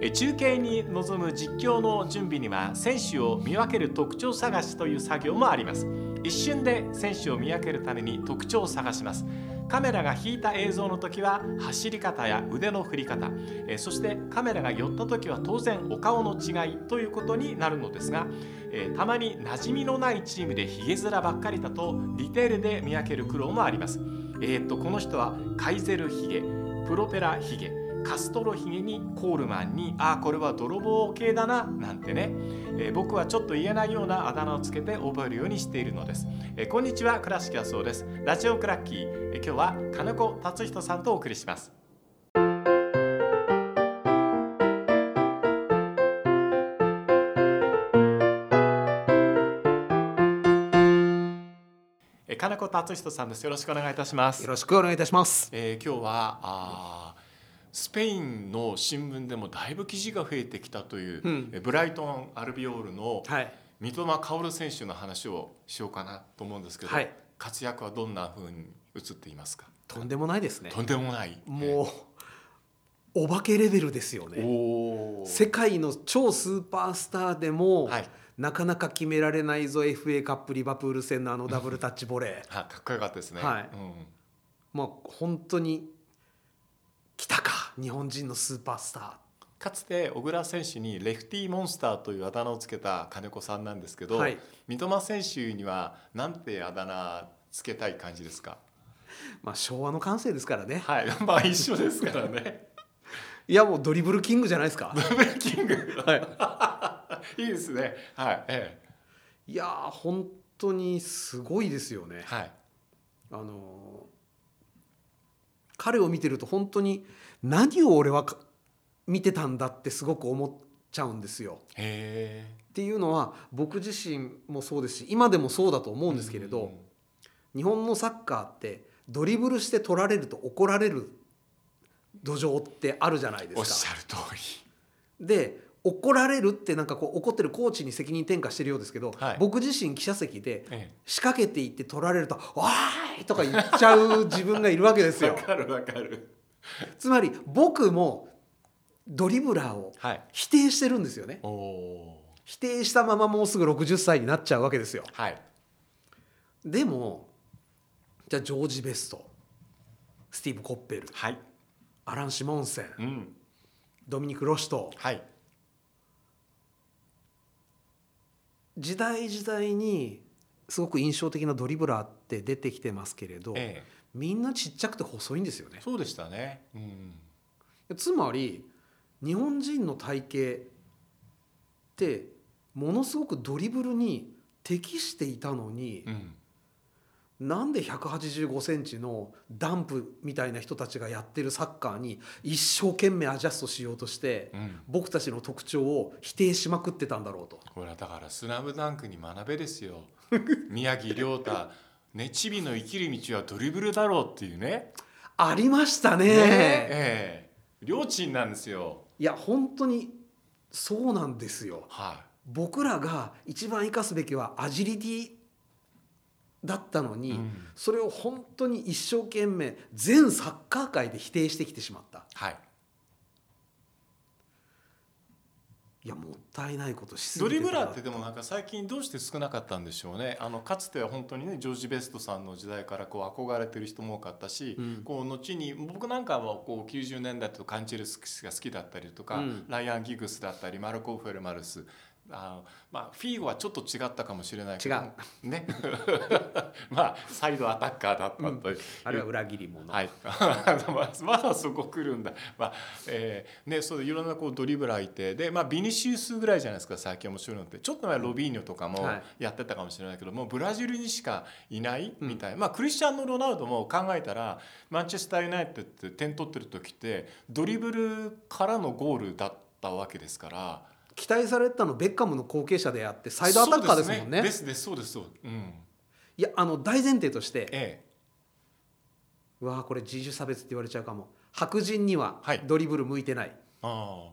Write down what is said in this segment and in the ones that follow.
え中継に臨む実況の準備には選手を見分ける特徴探しという作業もあります一瞬で選手を見分けるために特徴を探しますカメラが引いた映像の時は走り方や腕の振り方えーそしてカメラが寄った時は当然お顔の違いということになるのですが、えーたまに馴染みのないチームでヒゲ面ばっかりだとディテールで見分ける苦労もありますえーっとこの人はカイゼルヒゲプロペラヒゲカストロヒゲにコールマンにああこれは泥棒系だななんてね、えー僕はちょっと言えないようなあだ名をつけて覚えるようにしているのです、えーこんにちは倉敷はそうですラジオクラッキー、えー今日は金子達人さんとお送りしますえー金子達人さんですよろしくお願いいたしますよろしくお願いいたします。えー今日はあースペインの新聞でもだいぶ記事が増えてきたという、うんえーブライトン・アルビオールのはい。三笘薫選手の話をしようかなと思うんですけど、はい活躍はどんな風に映っていますかとんでもないですね。とんでもないもうお化けレベルですよえーね。おお世界の超スーパースターでも、はいなかなか決められないぞ FA カップリバプール戦のあのダブルタッチボレー。かっこよかったですね、はいうんまあ本当に来たか日本人のスーパースター。かつて小倉選手にレフティーモンスターというあだ名をつけた金子さんなんですけど、はい三笘選手にはなんてあだ名つけたい感じですかまあ昭和の感性ですからね。はい、 まあ一緒ですから ね。いやもうドリブルキングじゃないですか。ブレイキング。はい いですね。はい、えい。いやー本当にすごいですよねえ、。はい、あの彼を見てると本当に何を俺はか見てたんだってすごく思っちゃうんですよ。へえ。っていうのは僕自身もそうですし今でもそうだと思うんですけれど、日本のサッカーってドリブルして取られると怒られる土壌ってあるじゃないでおっすしか。ゃる通り。で怒られるってなんかこう怒ってるコーチに責任転嫁してるようですけど、はい僕自身記者席でえ仕掛けていって取られると「わーい!」とか言っちゃう自分がいるわけですえ、わよ。かるわかる。つまり僕もドリブラーをはい。否定してるんですよねおお。否定したままもうすぐ60歳になっちゃうわけですよはい。でもじゃあジョージ・ベストスティーブ・コッペルはい。アラン・シモンセンうん。ドミニク・ロシトはい。時代時代にすごく印象的なドリブラーって出てきてますけれど、えみんなちっちゃくて細いんですよねえ。そうでしたね。うん。つまり日本人の体型ってものすごくドリブルに適していたのにう、ん。なんで1 8 5センチのダンプみたいな人たちがやってるサッカーに一生懸命アジャストしようとして、うん。僕たちの特徴を否定しまくってたんだろうと。これはだからスラムダンクに学べです よ。宮城亮太。ね、チビの生きる道はドリブルだろうっていうね。ありましたねえええ。両親なんですよ。いや本当にそうなんですよ。は僕らが一番生かすべきはアジリティだったのい。に、うん。それを本当に一生懸命全サッカー界で否定してきてしまったはい。いやもったいないことしすドぎリてブたなラーってでもなんか最近どうして少なかったんでしょうねあのかつては本当にねジョージ・ベストさんの時代からこう憧れてる人も多かったし、うんこう後に僕なんかはこう90年代とカンチェルスキスが好きだったりとか、うんライアン・ギグスだったりマルコ・フェルマルスあのまあ、フィーゴはちょっと違ったかもしれないけど違ね まあサイドアタッカーだったという、あれは裏切り者、はい、 まあまだそこ来るんだ、まあえーね、そういろんなこうドリブラーいてで、まあ、ビニシウスぐらいじゃないですか最近面白いのってちょっと前ロビーニョとかもはいやってたかもしれないけど、もうブラジルにしかいないうんみたいな、まあ、クリスチャンの・ロナウドも考えたらマンチェスター・ユナイテッドって点取ってる時ってドリブルからのゴールだったわけですから期待されてたのベッカムの後継者であってサイドアタッカーですもんねそうですですそうですそう、うんいやあの大前提としてええ、うわーこれ人種差別って言われちゃうかも白人にははいドリブル向いてない、ああ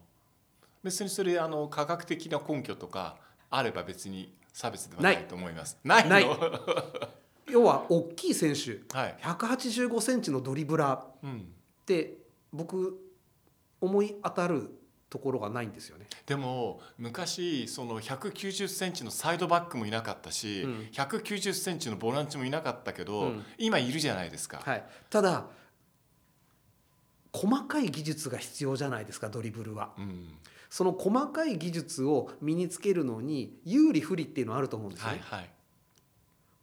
別にそれあの科学的な根拠とかあれば別に差別ではなないいと思いますない ないの要は大きい選手はい、 1 8 5センチのドリブラーっうん、て僕思い当たるところがないんですよね。でも昔その190センチのサイドバックもいなかったし、うん190センチのボランチもいなかったけど、うん今いるじゃないですか。はい、ただ細かい技術が必要じゃないですかドリブルは。うん、その細かい技術を身につけるのに有利不利っていうのはあると思うんですよ、はねいはい。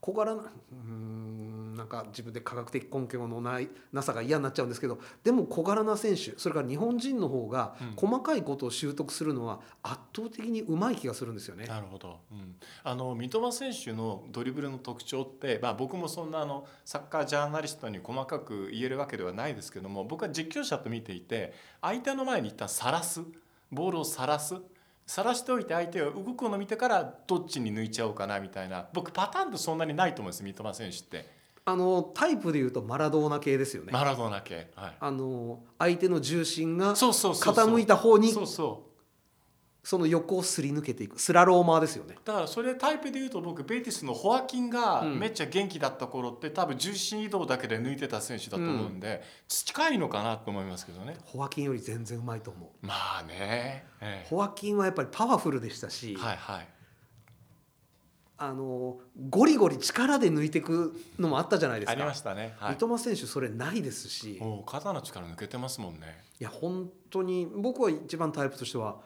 小柄なうーんなんか自分で科学的根拠のないなさが嫌になっちゃうんですけどでも小柄な選手それから日本人の方がうん細かいことを習得するのは圧倒的にうまい気がするんですよね。なるほど、うん、あの三笘選手のドリブルの特徴って、まあ、僕もそんなあのサッカージャーナリストに細かく言えるわけではないですけども僕は実況者と見ていて相手の前に一旦さらすボールをさらすさらしておいて相手が動くのを見てからどっちに抜いちゃおうかなみたいな僕パターンってそんなにないと思うんです三笘選手って、あのタイプでいうとマラドーナ系ですよね。マラドーナ系、はい、あの相手の重心がそうそうそうそう傾いた方にそうそうその横をすり抜けていくスラローマーですよね。だからそれタイプで言うと僕ベイティスのホアキンがうんめっちゃ元気だった頃って、多分重心移動だけで抜いてた選手だと思うんで、近いのかなと思いますけどねホアキンより全然うまいと思う。まあね、ええホアキンはやっぱりパワフルでしたし、はいはいあのゴリゴリ力で抜いていくのもあったじゃないですあか。りましたね、はい、三笘選手それないですしもう肩の力抜けてますもんねいや本当に僕は一番タイプとしては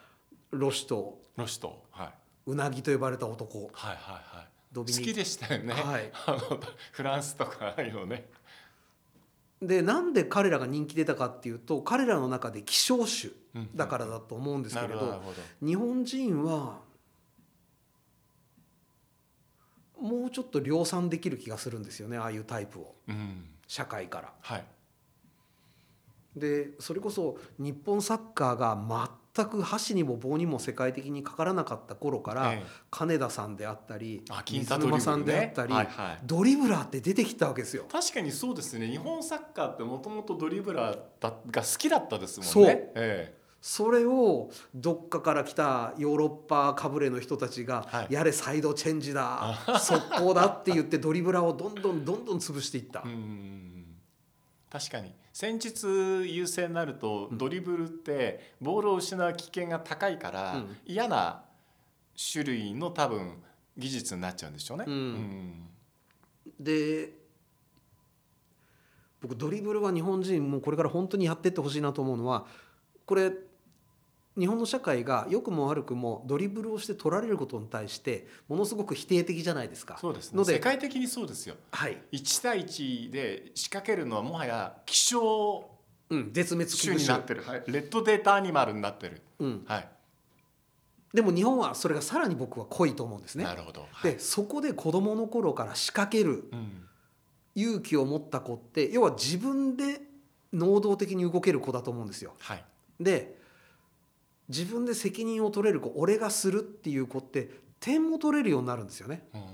ロシとロシト、はい、ウナギと呼ばれた男はいはいはいド好ビニきでしたよね、はいあの フランスとかああいうのねでなんで彼らが人気出たかっていうと彼らの中で希少種うんだからだと思うんですけなれるど,、ほどなるほど日本人はもうちょっと量産できる気がするんですよねああいうタイプをうん社会から。はいでそれこそ日本サッカーが全く箸にも棒にも世界的にかからなかった頃から、ええ金田さんであったりあ金水太ドリブル沼ねさんであったり、はいはいドリブラーって出てきたわけですよ。確かにそうですね日本サッカーってもともとドリブラーだが好きだったですもんねそうえそれをどっかから来たヨーロッパかぶれの人たちが、はいやれサイドチェンジだ速攻だって言ってドリブラーをどんどんどんどん潰していった、え、うん確かに先日優勢になるとドリブルってボールを失う危険が高いから、うん嫌な種類の多分技術になっちゃうんでしょうね、うんで僕ドリブルは日本人もうこれから本当にやってってほしいなと思うのはこれ日本の社会が良くも悪くもドリブルをして取られることに対してものすごく否定的じゃないですか。そうですねので世界的にそうですよはい1対1で仕掛けるのはもはや希少うん、絶滅危種惧になってる、はいレッドデータアニマルになってる、うん、はいでも日本はそれがさらに僕は濃いと思うんですねな。るほど、はいでそこで子どもの頃から仕掛けるうん勇気を持った子って要は自分で能動的に動ける子だと思うんですよ。はいで自分で責任を取れる子俺がするっていう子って点も取れるようになるんですよね。うーん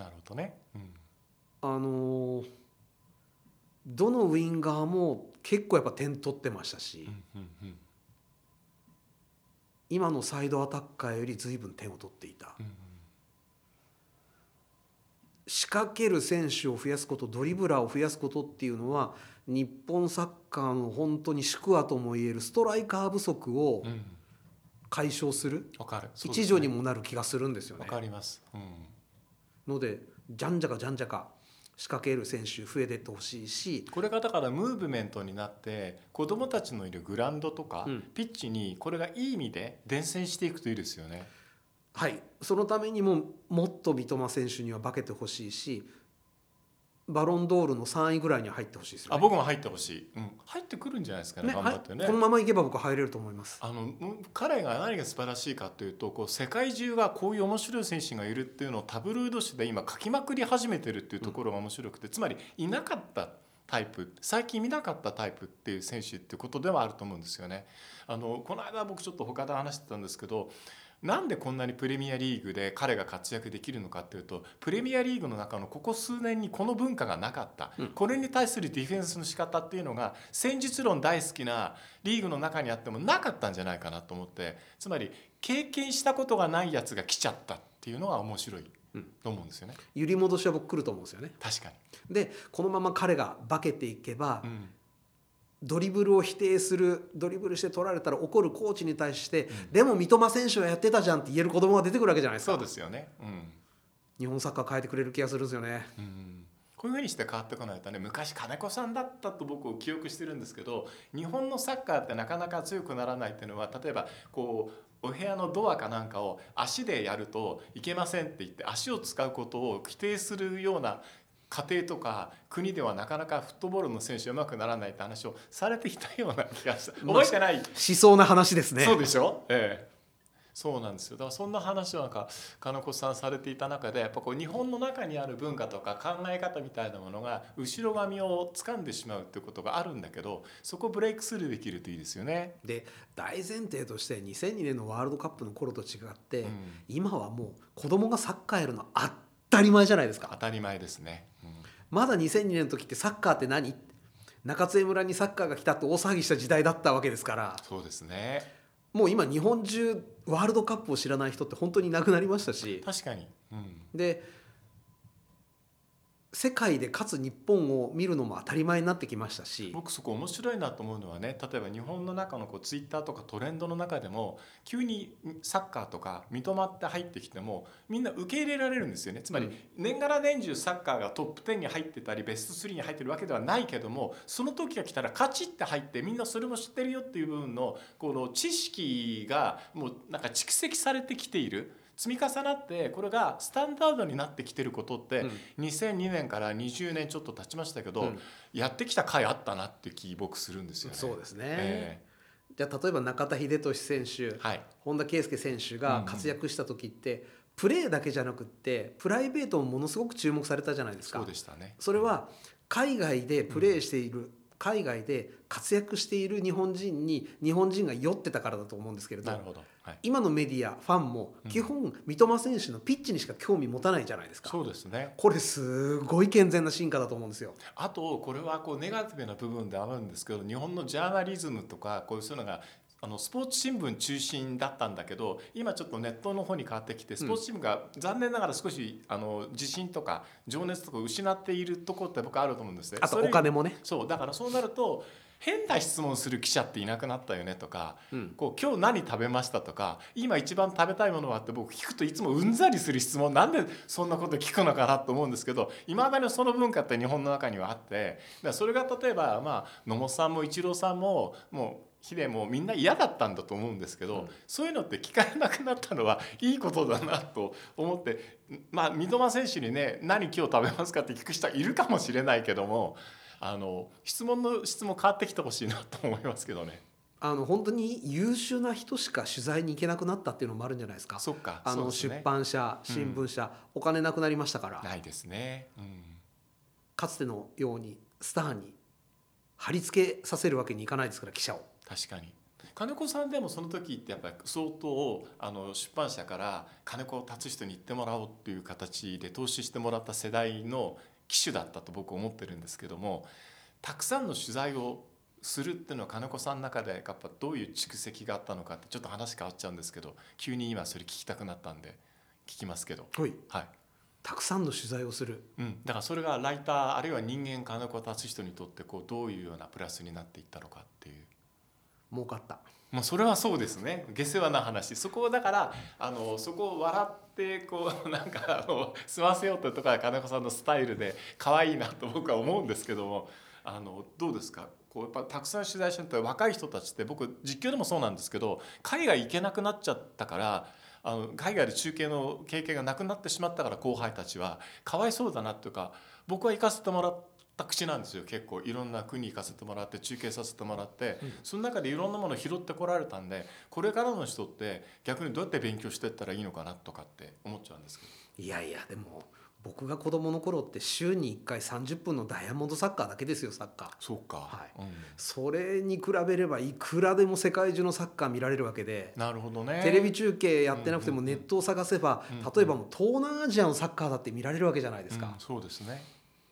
なるほどね。うんあのーどのウインガーも結構やっぱ点取ってましたし、うんうんうん今のサイドアタッカーより随分点を取っていたうん仕掛ける選手を増やすことドリブラーを増やすことっていうのは日本サッカーの本当に宿話ともいえるストライカー不足をうん解消するわかる。そうですね一助にもなる気がするんですよねわ。かります。うんのでじゃんじゃかじゃんじゃか仕掛ける選手増えてってほしいしこれがだからムーブメントになって子供たちのいるグラウンドとかうんピッチにこれがいい意味で伝染していくといいですよね。はい、そのためにももっと三笘選手には化けてほしいしバロンドールの3位ぐらいには入ってほしいですよあね僕も入ってほしい。うん入ってくるんじゃないですかね。ね頑張ってねはいこ。のままいけば僕は入れると思います。あのうん彼が何が素晴らしいかというとこう世界中がこういう面白い選手がいるっていうのをタブロイド紙で今書きまくり始めてるっていうところが面白くて、つまりいなかったタイプ最近見なかったタイプっていう選手っていうことではあると思うんですよね。あのこの間僕ちょっと他で話してたんですけどなんでこんなにプレミアリーグで彼が活躍できるのかっていうとプレミアリーグの中のここ数年にこの文化がなかった、うんこれに対するディフェンスの仕方っていうのが戦術論大好きなリーグの中にあってもなかったんじゃないかなと思ってつまり経験したことがないやつが来ちゃったっていうのは面白いうんと思うんですよね、揺り戻しは僕来ると思うんですよね。確かに。でこのまま彼が化けていけば、うんドリブルを否定するドリブルして取られたら怒るコーチに対して、でも三笘選手はやってたじゃんって言える子供が出てくるわけじゃないですかそうですよね、うん日本サッカー変えてくれる気がするんですよねうんこういうふうにして変わってこないとね昔金子さんだったと僕記憶してるんですけど日本のサッカーってなかなか強くならないっていうのは例えばこうお部屋のドアかなんかを足でやるといけませんって言って足を使うことを規定するような家庭とか国ではなかなかフットボールの選手うまくならないって話をされていたような気がしたまあ覚えてないしそうな話ですねそうでしょ、ええ、そうなんですよだからそんな話をなんか金子さんされていた中でやっぱこう日本の中にある文化とか考え方みたいなものが後ろ髪を掴んでしまうっていうことがあるんだけどそこをブレイクスルーできるといいですよね。で大前提として2002年のワールドカップの頃と違って、うん今はもう子供がサッカーやるの当たり前じゃないです当かたり前ですね。うんまだ2002年の時ってサッカーって何中津江村にサッカーが来たって大騒ぎした時代だったわけですからそうですね。もう今日本中ワールドカップを知らない人って本当になくなりましたし確かに。うん。で世界で勝つ日本を見るのも当たり前になってきましたし僕そこ面白いなと思うのはね例えば日本の中のこうツイッターとかトレンドの中でも急にサッカーとか三笘って入ってきてもみんな受け入れられるんですよねつまうりん年がら年中サッカーがトップ10に入ってたりベスト3に入ってるわけではないけどもその時が来たらカチッて入ってみんなそれも知ってるよっていう部分のこの知識がもうなんか蓄積されてきている。積み重なってこれがスタンダードになってきてることって2002年から20年ちょっと経ちましたけど、うんやってきた回あったなって気僕するんですよね。そうですね、えじゃあ例えば中田英寿選手えはい。本田圭佑選手が活躍した時って、プレーだけじゃなくってプライベートもものすごく注目されたじゃないですかそうでしたね。それは海外でプレーしている、海外で活躍している日本人に日本人が酔ってたからだと思うんですけれどなるほど。はい。今のメディアファンも基本三笘選手のピッチにしか興味持たないじゃないですか、そうですね。これすごい健全な進化だと思うんですよあとこれはこうネガティブな部分ではあるんですけど日本のジャーナリズムとかこういうのがあのスポーツ新聞中心だったんだけど今ちょっとネットの方に変わってきてスポーツ新聞が残念ながら少しあの自信とか情熱とかを失っているところって僕あると思うんですね。あとそれお金もね、そうだからそうなると変な質問する記者っていなくなったよねとかうんこう今日何食べましたとか今一番食べたいものはって僕聞くといつもうんざりする質問なんでそんなこと聞くのかなと思うんですけどいまだにその文化って日本の中にはあってだからそれが例えば、まあ、野茂さんもイチローさんももうヒデもみんな嫌だったんだと思うんですけど、うんそういうのって聞かれなくなったのはいいことだなと思って、まあ、三笘選手にね何今日食べますかって聞く人はいるかもしれないけどもあの質問の質問変わってきてほしいなと思いますけどね。あの本当に優秀な人しか取材に行けなくなったっていうのもあるんじゃないですかそっかあそうのですね出版社、新聞社、お金なくなりましたから、ないですね。うんかつてのようにスターに貼り付けさせるわけにいかないですから記者を確かに金子さんでもその時ってやっぱり相当あの出版社から金子達人に行ってもらおうっていう形で投資してもらった世代の機種だったと僕思ってるんですけどもたくさんの取材をするっていうのは金子さんの中でやっぱどういう蓄積があったのかってちょっと話変わっちゃうんですけど急に今それ聞きたくなったんで聞きますけどはいはい。たくさんの取材をするうん、だからそれがライターあるいは人間金子達人にとってこうどういうようなプラスになっていったのかっていう儲かったまあ、それはそうですね下世話な話そこをだからあのそこを笑ってこうなんかあの済ませようってとか金子さんのスタイルで可愛いなと僕は思うんですけどもあのどうですかこうやっぱたくさん取材してて若い人たちって僕実況でもそうなんですけど海外行けなくなっちゃったからあの海外で中継の経験がなくなってしまったから後輩たちはかわいそうだなっていうか僕は行かせてもらった口なんですよ結構いろんな国行かせてもらって中継させてもらって、その中でいろんなものを拾ってこられたんでこれからの人って逆にどうやって勉強していったらいいのかなとかって思っちゃうんですけどいやいやでも僕が子どもの頃って週に1回30分のダイヤモンドサッカーだけですよサッカーそうか、はいうんそれに比べればいくらでも世界中のサッカー見られるわけでなるほどねテレビ中継やってなくてもネットを探せばうんうん例えばもう東南アジアのサッカーだって見られるわけじゃないですうかん、そうですね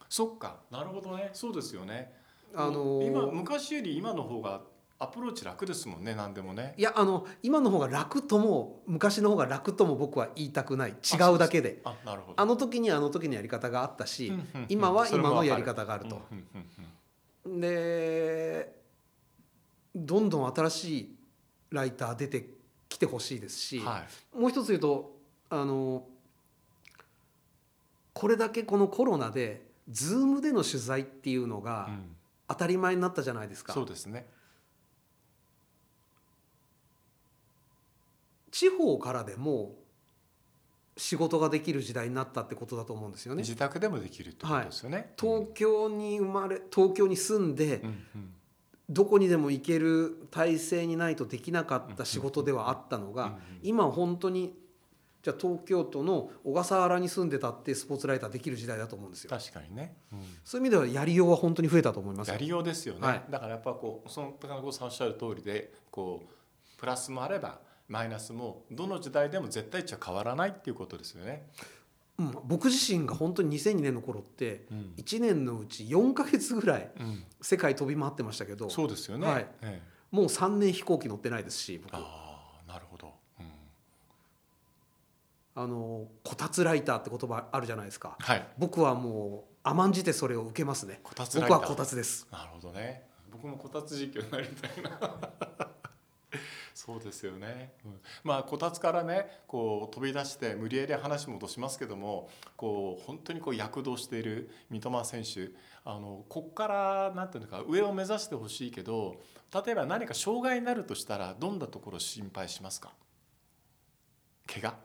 そっかなるほどねそうですよねあのー今昔より今の方がアプローチ楽ですもんね何でもねいやあの今の方が楽とも昔の方が楽とも僕は言いたくない違うだけであなるほどあの時にはあの時のやり方があったしうんうんうん今はそれ今もわのかるやり方があると。うんうんうんうんでどんどん新しいライター出てきてほしいですし、はいもう一つ言うとあのこれだけこのコロナで Zoom での取材っていうのがうん当たり前になったじゃないですか、そうですね地方からでも仕事ができる時代になったってことだと思うんですよね。自宅でもできるってことですよね、東京に生まれ東京に住んでうんうんどこにでも行ける体制にないとできなかった仕事ではあったうのんうがん今本当にじゃあ東京都の小笠原に住んでたってスポーツライターできる時代だと思うんですよ。確かにね、うんそういう意味ではやりようは本当に増えたと思いますやよ。りようですよね、はいだからやっぱこうその高子さんおっしゃる通りでこうプラスもあればマイナスもどの時代でも絶対値は変わらないっていうことですよね。うん、僕自身が本当に2002年の頃ってうん1年のうち4ヶ月ぐらいうん世界飛び回ってましたけどそうですよね。はいええもう3年飛行機乗ってないですし僕あああなるほど。うんのこたつライターって言葉あるじゃないですかはい。僕はもう甘んじてそれを受けますねこたつライ僕ターはこたつですなるほどね。僕もこたつ実況になりたいな。 そうですよね、うんまあこたつからねこう飛び出して無理やり話戻しますけどもこう本当にこう躍動している三笘選手あのここからなんていうのか上を目指してほしいけど例えば何か障害になるとしたらどんなところを心配しますか怪我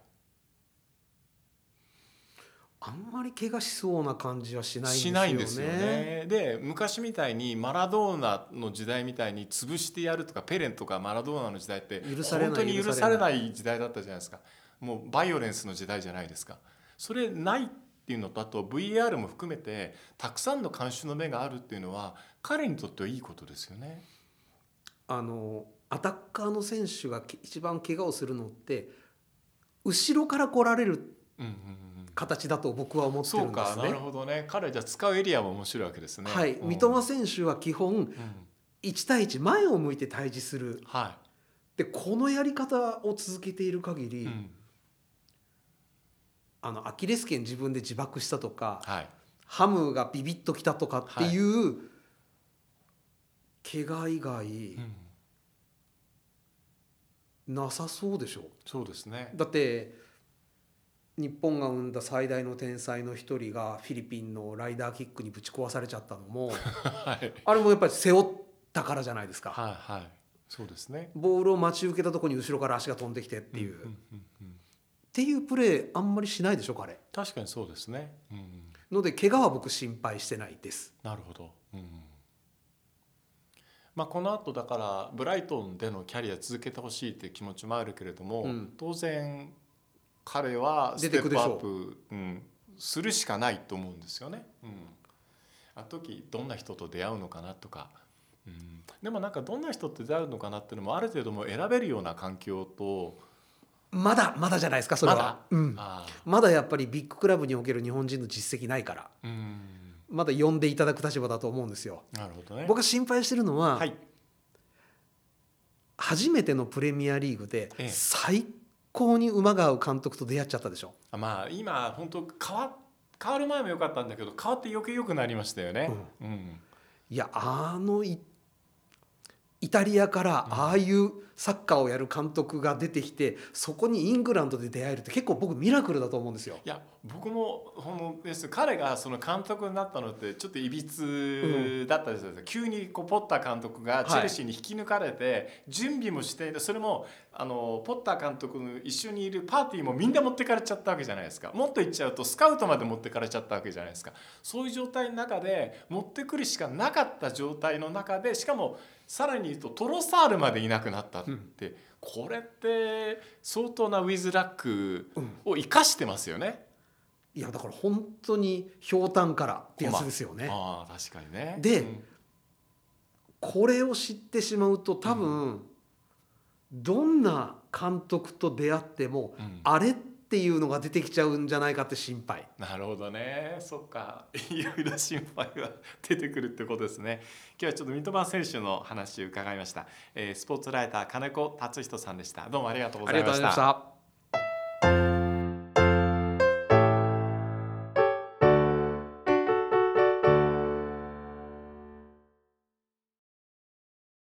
あんまり怪我しそうな感じはしないんですしよねないんですよね。で昔みたいにマラドーナの時代みたいに潰してやるとかペレンとかマラドーナの時代って許されない本当に許されない時代だったじゃないですかもうバイオレンスの時代じゃないですか。それないっていうのとあと VAR も含めてたくさんの監修の目があるっていうのは彼にとってはいいことですよね。あのアタッカーの選手がけ一番怪我をするのって後ろから来られるうんうんうんうん形だと僕は思ってそるうんでかすなねるほどね彼じゃあ使うエリアも面白いわけですね。はい、うん三笘選手は基本うん1対1前を向いて対峙するはでこのやり方を続けている限い、り、うんあのアキレス腱自分で自爆したとか、はいハムがビビッときたとかっていう、怪我以外うんなさそうでしょうそうですね。だって日本が生んだ最大の天才の一人がフィリピンのライダーキックにぶち壊されちゃったのも はいあれもやっぱり背負ったからじゃないですか、はいはいそうですねボールを待ち受けたところに後ろから足が飛んできてっていう、んっんうんていうプレーあんまりしないでしょ彼確かにそうですね、うんうん、ので怪我は僕心配してないですなるほど、うんうんまあ、この後だからブライトンでのキャリア続けてほしいっていう気持ちもあるけれども、うん当然彼はス出テてくッでプしアッょうプうん、するしかないと思うんですよね。うん、あの時どんな人と出会うのかなとか、うん、でもなんかどんな人と出会うのかなっていうのもある程度もう選べるような環境とまだまだじゃないですかそれはまだうん、あまだやっぱりビッグクラブにおける日本人の実績ないからーうんまだ呼んでいただく立場だと思うんですよなるほどね。僕が心配してるのは、はい初めてのプレミアリーグでええ最高に馬が合う監督と出会っちゃったでしょ、あまあ今本当変わ変わる前も良かったんだけど変わって余計良くなりましたよね。うんいやあのいイタリアからああいうサッカーをやる監督が出てきて、そこにイングランドで出会えるって結構僕ミラクルだと思うんですよ。いや僕もほのです彼がその監督になったのってちょっといびつだったですよ、急にこうポッター監督がチェルシーに引き抜かれて、準備もしてそれもあのポッター監督の一緒にいるパーティーもみんな持ってかれちゃったわけじゃないですかもっと言っちゃうとスカウトまで持ってかれちゃったわけじゃないですかそういう状態の中で持ってくるしかなかった状態の中でしかもさらに言うとトロサールまでいなくなったって、これって相当なウィズラックを生かしてますよね。いやだから本当にひょうたんからってやつですよね。ああ確かにねでうんこれを知ってしまうと多分、どんな監督と出会っても、うんあれっていうのが出てきちゃうんじゃないかって心配。なるほどねそっか いろいろ心配が出てくるってことですね今日はちょっと三笘選手の話を伺いました、えースポーツライター金子達人さんでしたどうもありがとうございましたた。